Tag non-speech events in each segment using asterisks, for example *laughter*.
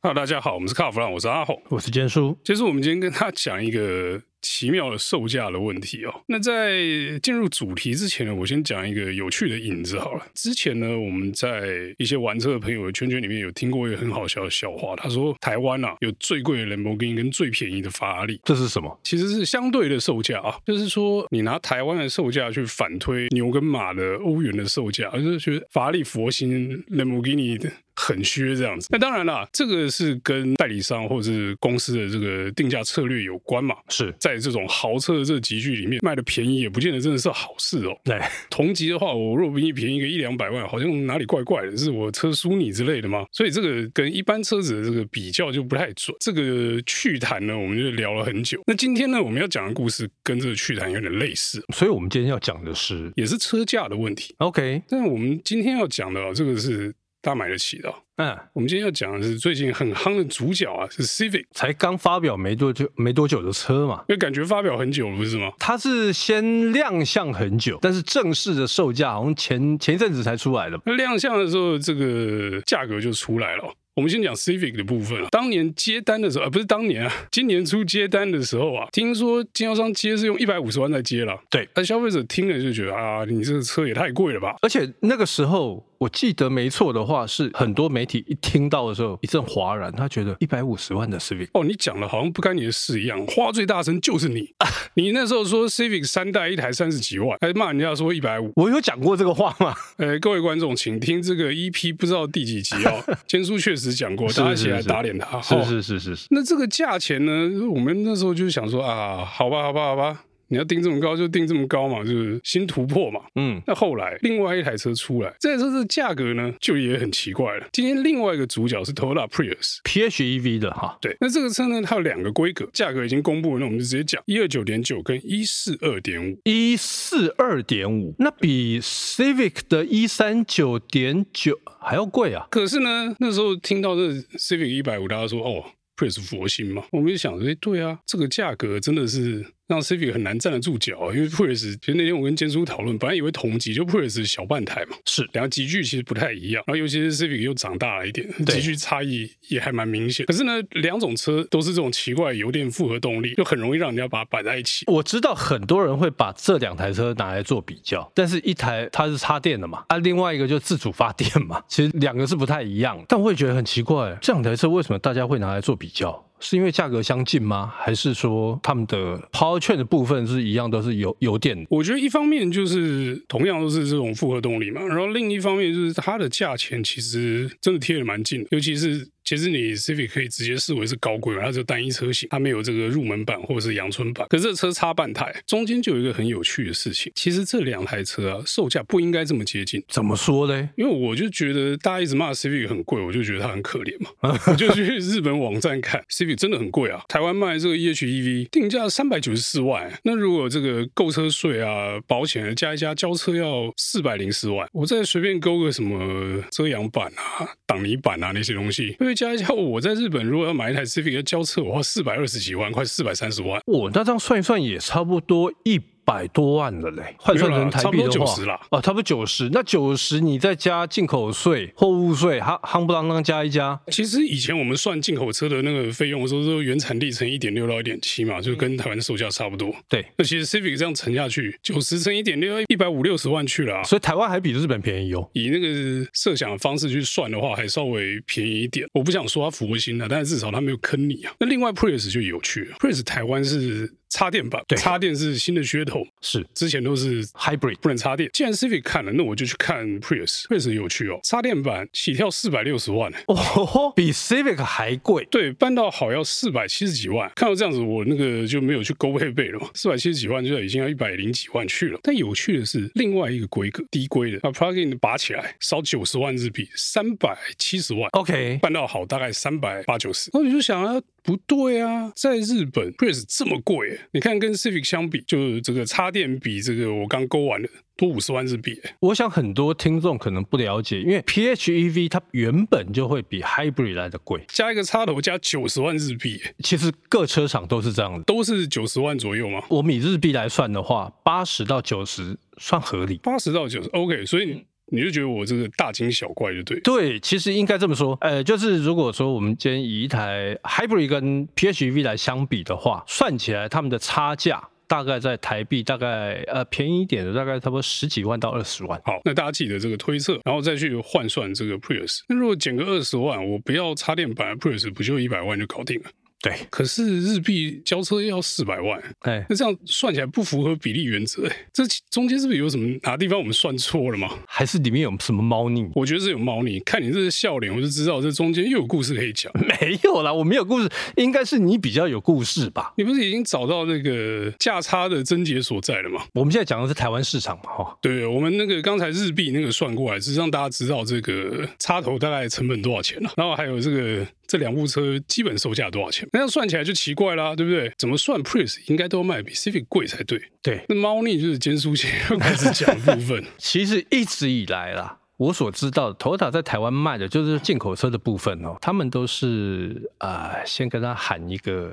哈，大家好，我们是卡弗朗，我是阿红。我是坚叔，其实我们今天跟他讲一个奇妙的售价的问题哦。那在进入主题之前呢，我先讲一个有趣的引子好了。之前呢，我们在一些玩车的朋友的圈圈里面有听过一个很好笑的笑话，他说台湾啊有最贵的兰博基尼跟最便宜的法拉利，这是什么？其实是相对的售价啊，就是说你拿台湾的售价去反推牛跟马的欧元的售价，就是觉得法拉利、佛心、兰博基尼的。很削这样子，那当然啦，这个是跟代理商或者是公司的这个定价策略有关嘛。是，在这种豪车的这集聚里面，卖的便宜也不见得真的是好事哦。对，同级的话，我若比你便宜个一两百万，好像哪里怪怪的，是我车输你之类的吗？所以这个跟一般车子的这个比较就不太准。这个趣谈呢，我们就聊了很久。那今天呢，我们要讲的故事跟这个趣谈有点类似，所以我们今天要讲的是也是车价的问题。 ，OK，但我们今天要讲的、哦、这个是大家买得起的哦、嗯，我们今天要讲的是最近很夯的主角啊，是 Civic，才刚发表没多久没多久的车嘛，因为感觉发表很久了，不是吗？它是先亮相很久，但是正式的售价好像前前一阵子才出来的。那亮相的时候，这个价格就出来了哦。我们先讲 Civic 的部分啊，当年接单的时候，呃，不是当年啊， *laughs* 今年初接单的时候啊，听说经销商接是用一百五十万在接了，对那消费者听了就觉得啊，你这个车也太贵了吧，而且那个时候，我记得没错的话，是很多媒体一听到的时候一阵哗然，他觉得一百五十万的 Civic 哦，你讲的好像不干你的事一样，花最大声就是 *laughs* 你，你那时候说 Civic 三代一台三十几万，还骂人家说一百五，我有讲过这个话吗？呃，各位观众，请听这个 EP 不知道第几集 *laughs* 哦。坚叔确实讲过，是大家一起是来是打脸他。是哦是是是是，那这个价钱呢，我们那时候就想说啊，好吧，好吧，好吧，你要定这么高就定这么高嘛，就是新突破嘛。嗯，那后来另外一台车出来，这台车的价格呢就也很奇怪了。今天另外一个主角是 Toyota Prius。 ，PHEV E 的哈，对，那这个车呢，它有两个规格，价格已经公布了，那我们就直接讲一二九点九跟一四二点五。一四二点五，那比 Civic 的一三九点九还要贵啊！可是呢，那时候听到这 Civic 一百五，大家说哦，Prius 佛心嘛，我们就想说，诶对啊，这个价格真的是让 Civic 很难站得住脚、啊，因为 Prius 其实那天我跟坚叔讨论，本来以为同级就 Prius 小半台嘛，是两个级距其实不太一样，然后尤其是 Civic 又长大了一点，对级距差异也还蛮明显。可是呢，两种车都是这种奇怪的油电复合动力，就很容易让人家把它摆在一起。我知道很多人会把这两台车拿来做比较，但是一台它是插电的嘛，啊，另外一个就自主发电嘛， *laughs* 其实两个是不太一样的。但我也觉得很奇怪，这两台车为什么大家会拿来做比较？是因为价格相近吗？还是说他们的 powertrain 的部分是一样，都是油油电？我觉得一方面就是同样都是这种复合动力嘛，然后另一方面就是它的价钱其实真的贴的蛮近的，尤其是其实你 Civic 可以直接视为是高规嘛，它只有单一车型，它没有这个入门版或者是阳春版。可是这车差半台，中间就有一个很有趣的事情，其实这两台车啊售价不应该这么接近。怎么说嘞？因为我就觉得大家一直骂 Civic 很贵，我就觉得它很可怜嘛，我就去日本网站看 Civic 真的很贵啊，台湾卖这个 EHEV 定价三百九十四万，那如果这个购车税啊、保险加一加，交车要四百零四万，我再随便勾个什么遮阳板啊、挡泥板啊那些东西，因为加一加，我在日本如果要买一台 Civic 要交车，我要四百二十几万，快四百三十万。我哦那这样算一算也差不多一百多万了嘞，换算成台币没有啦差不的多话， 90啦哦，差不多九十。那九十你再加进口税、货物税，夯夯不啷当加一加，其实以前我们算进口车的那个费用的时候，都原产地乘一点六到一点七嘛，就跟台湾的售价差不多。对，那其实 Civic 这样乘下去，九十乘一点六，一百五六十万去了、啊。所以台湾还比日本便宜哦。以那个设想的方式去算的话，还稍微便宜一点。我不想说它佛心了、但是至少它没有坑你啊。那另外 Prius 就有趣了，Prius 台湾是插电版，对插电是新的噱头，是之前都是 *laughs* hybrid 不能插电。既然 Civic 看了，那我就去看 Prius，Prius 有趣哦，插电版起跳四百六十万、欸，哦 *laughs* 吼吼，比 Civic 还贵。对，办到好要四百七十几万，看到这样子，我那个就没有去勾配备了嘛，四百七十几万就已经要一百零几万去了。但有趣的是，另外一个规格低规的，把 plugin 拔起来，少九十万日币，三百七十万。 OK，办到好大概三百八九十，那你就想啊，不对啊，在日本 Prius 这么贵耶，你看跟 Civic 相比，就是这个插电比这个我刚勾完的多五十万日币耶，欸我想很多听众可能不了解，因为 PHEV 它原本就会比 hybrid 来的贵。加一个插头加九十万日币耶，欸其实各车厂都是这样的。都是九十万左右嘛。我们以日币来算的话，八十到九十算合理。八十到九十，OK，所以你你就觉得我这个大惊小怪就对。对，其实应该这么说，呃，就是如果说我们今天以一台 Hybrid 跟 PHEV 来相比的话，算起来它们的差价大概在台币大概呃便宜一点的大概差不多十几万到二十万。好，那大家记得这个推测，然后再去换算这个 Prius。那如果减个二十万，我不要插电版 Prius，不就一百万就搞定了？对，可是日币交车要四百万，哎，那这样算起来不符合比例原则、欸，这其中间是不是有什么哪地方我们算错了吗？还是里面有什么猫腻？ *laughs* 我觉得是有猫腻，看你这个笑脸，我就知道这中间又有故事可以讲。没有啦，我没有故事，应该是你比较有故事吧？你不是已经找到那个价差的症结所在了吗？我们现在讲的是台湾市场嘛，哈，对我们那个刚才日币那个算过来，只是让大家知道这个插头大概成本多少钱了、然后还有这个这两部车基本售价多少钱，那样算起来就奇怪啦，对不对？怎么算 Prius 应该都要卖比 Civic 贵才对。对，那猫腻就是尖书先又开始讲部分， *laughs* 其实一直以来啦。我所知道的，Toyota 在台湾卖的就是进口车的部分哦，他们都是呃先跟他喊一个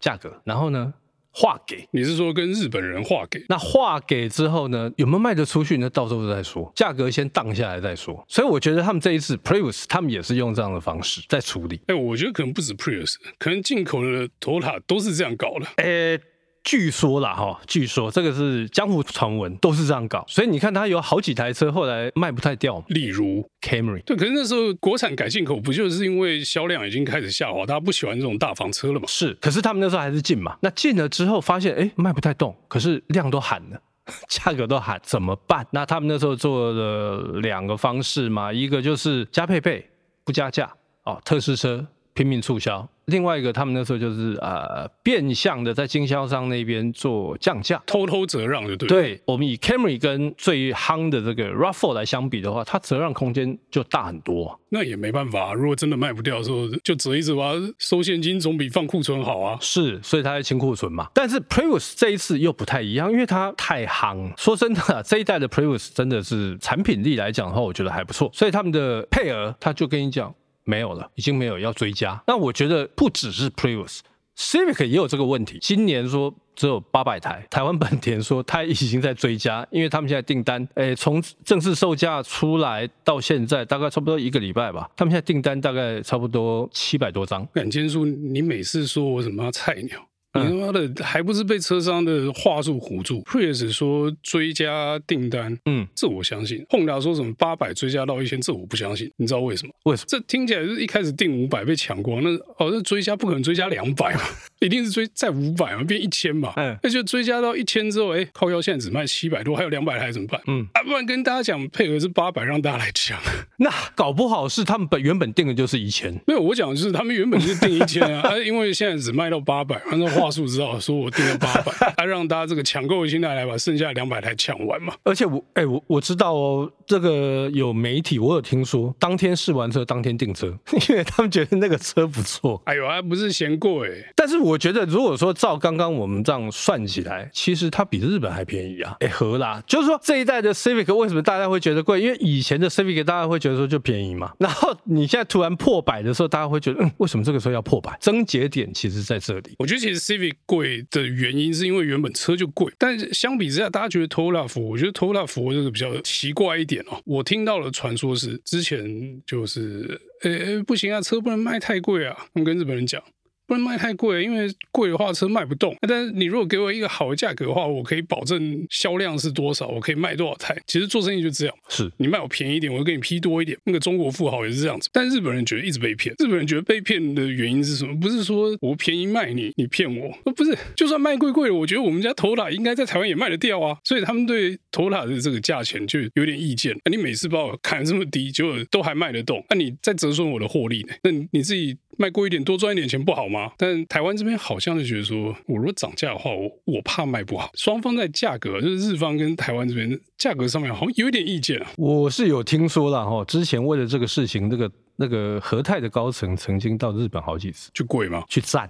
价格，然后呢划给，你是说跟日本人划给？那划给之后呢，有没有卖得出去呢？到时候再说，价格先荡下来再说。所以我觉得他们这一次 Prius 他们也是用这样的方式在处理。哎、我觉得可能不止 Prius，可能进口的 Toyota 都是这样搞的。呃，据说啦哈，据说这个是江湖传闻，都是这样搞。所以你看，他有好几台车后来卖不太掉嘛例如， ，Camry。对，可是那时候国产改进口不就是因为销量已经开始下滑，大家不喜欢这种大房车了嘛？是，可是他们那时候还是进嘛。那进了之后发现，哎，卖不太动，可是量都喊了。 *laughs* 价格都喊怎么办？那他们那时候做了两个方式嘛，一个就是加配备不加价哦，特试车拼命促销；另外一个他们那时候就是呃变相的在经销商那边做降价。偷偷折让就对。，对我们以 Camry 跟最夯的这个 RAV4 来相比的话，它折让空间就大很多、那也没办法、啊如果真的卖不掉的时候，就折一折吧，收现金总比放库存好啊。是，所以它在清库存嘛。但是 Prius 这一次又不太一样，因为它太夯。说真的啊、这一代的 Prius 真的是产品力来讲的话，我觉得还不错。所以他们的配额，他就跟你讲没有了，已经没有要追加。那我觉得不只是 Prius。Civic 也有这个问题，今年说只有八百台，台湾本田说它已经在追加，因为他们现在订单，诶，从正式售价出来到现在大概差不多一个礼拜吧，他们现在订单大概差不多七百多张，敢坚叔，你每次说我什么菜鸟，你他嗯妈的还不是被车商的话术唬住？Prius 说追加订单，嗯，这我相信。宏达说什么八百追加到一千，这我不相信。你知道为什么？为什么？这听起来就是一开始定五百被抢光，那哦，那追加不可能追加两百嘛， *laughs* 一定是追再五百嘛，变一千嘛。嗯那就追加到一千之后，哎，靠腰现在只卖七百多，还有两百台怎么办？嗯啊，不然跟大家讲配额是八百，让大家来抢。那搞不好是他们本原本定的就是一千，没有，我讲的就是他们原本就是定一千啊，啊，因为现在只卖到八百，按照话术知道，说我定了八百，啊，让大家这个抢购的心态来把剩下两百台抢完嘛。而且我哎、我我知道哦，这个有媒体我有听说，当天试完车当天订车， *laughs* 因为他们觉得那个车不错。哎呦，还不是嫌贵、但是我觉得如果说照刚刚我们这样算起来，其实它比日本还便宜啊。哎、合啦，就是说这一代的 Civic 为什么大家会觉得贵？因为以前的 Civic 大家会觉得说就便宜嘛， *laughs* 然后你现在突然破百的时候，大家会觉得嗯，为什么这个时候要破百？症结点其实在这里。我觉得其实 Civic 贵的原因是因为原本车就贵，但是相比之下，大家觉得 Tola 佛，我觉得 Tola 佛这个比较奇怪一点哦。我听到的传说是之前就是，呃、呃不行啊，车不能卖太贵啊，他们跟日本人讲。不能卖太贵，啊因为贵的话车卖不动。但是你如果给我一个好的价格的话，我可以保证销量是多少，我可以卖多少台。其实做生意就这样。是你卖我便宜一点，我就给你批多一点。那个中国富豪也是这样子，但日本人觉得一直被骗。日本人觉得被骗的原因是什么？不是说我便宜卖你，你骗我，呃不是，就算卖贵贵的，我觉得我们家头塔应该在台湾也卖得掉啊。所以他们对头塔的这个价钱就有点意见。啊、你每次把我砍得这么低，结果都还卖得动，那、你在折损我的获利呢？那你你自己。卖贵一点，多赚一点钱不好吗？但台湾这边好像就觉得说，我如果涨价的话，我我怕卖不好。双方在价格，就是日方跟台湾这边价格上面好像有一点意见啊。我是有听说啦，哈，之前为了这个事情，那个那个和泰的高层曾经到日本好几次就贵嘛，去站，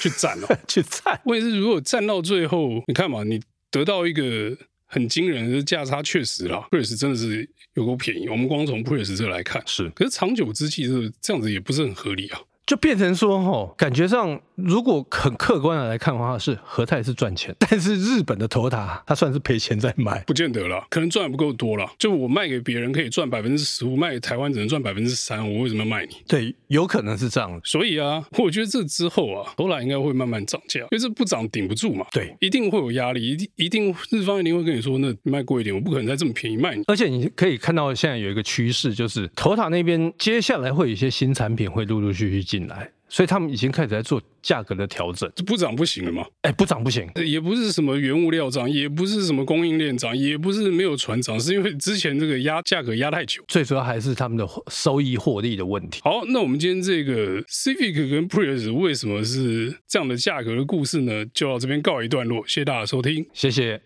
去战哦。 *laughs* *laughs* 去站。问题是，如果战到最后，你看嘛，你得到一个很惊人的价差，确实啦，Prius 真的是有够便宜。我们光从 Prius 这来看，是，可是长久之计，这这样子也不是很合理啊。就变成说，吼，感觉上如果很客观的来看的话，是和泰是赚钱， *laughs* 但是日本的头塔它算是赔钱在卖。不见得了，可能赚的不够多了。就我卖给别人可以赚百分之十五，卖给台湾只能赚百分之三，我为什么要卖你？对，有可能是这样。所以啊，我觉得这之后啊，投篮应该会慢慢涨价，因为这不涨顶不住嘛。对，一定会有压力，一定一定日方一定会跟你说，那你卖贵一点，我不可能再这么便宜卖你。而且你可以看到，现在有一个趋势，就是头塔那边接下来会有一些新产品会陆陆续续进来，所以他们已经开始在做价格的调整。这不涨不行了嘛？哎，不涨不行，也不是什么原物料涨，也不是什么供应链涨，也不是没有船涨，是因为之前这个压价格压太久。最主要还是他们的获收益获利的问题。好，那我们今天这个 Civic 跟 Prius 为什么是这样的价格的故事呢？就到这边告一段落，谢谢大家收听。谢谢。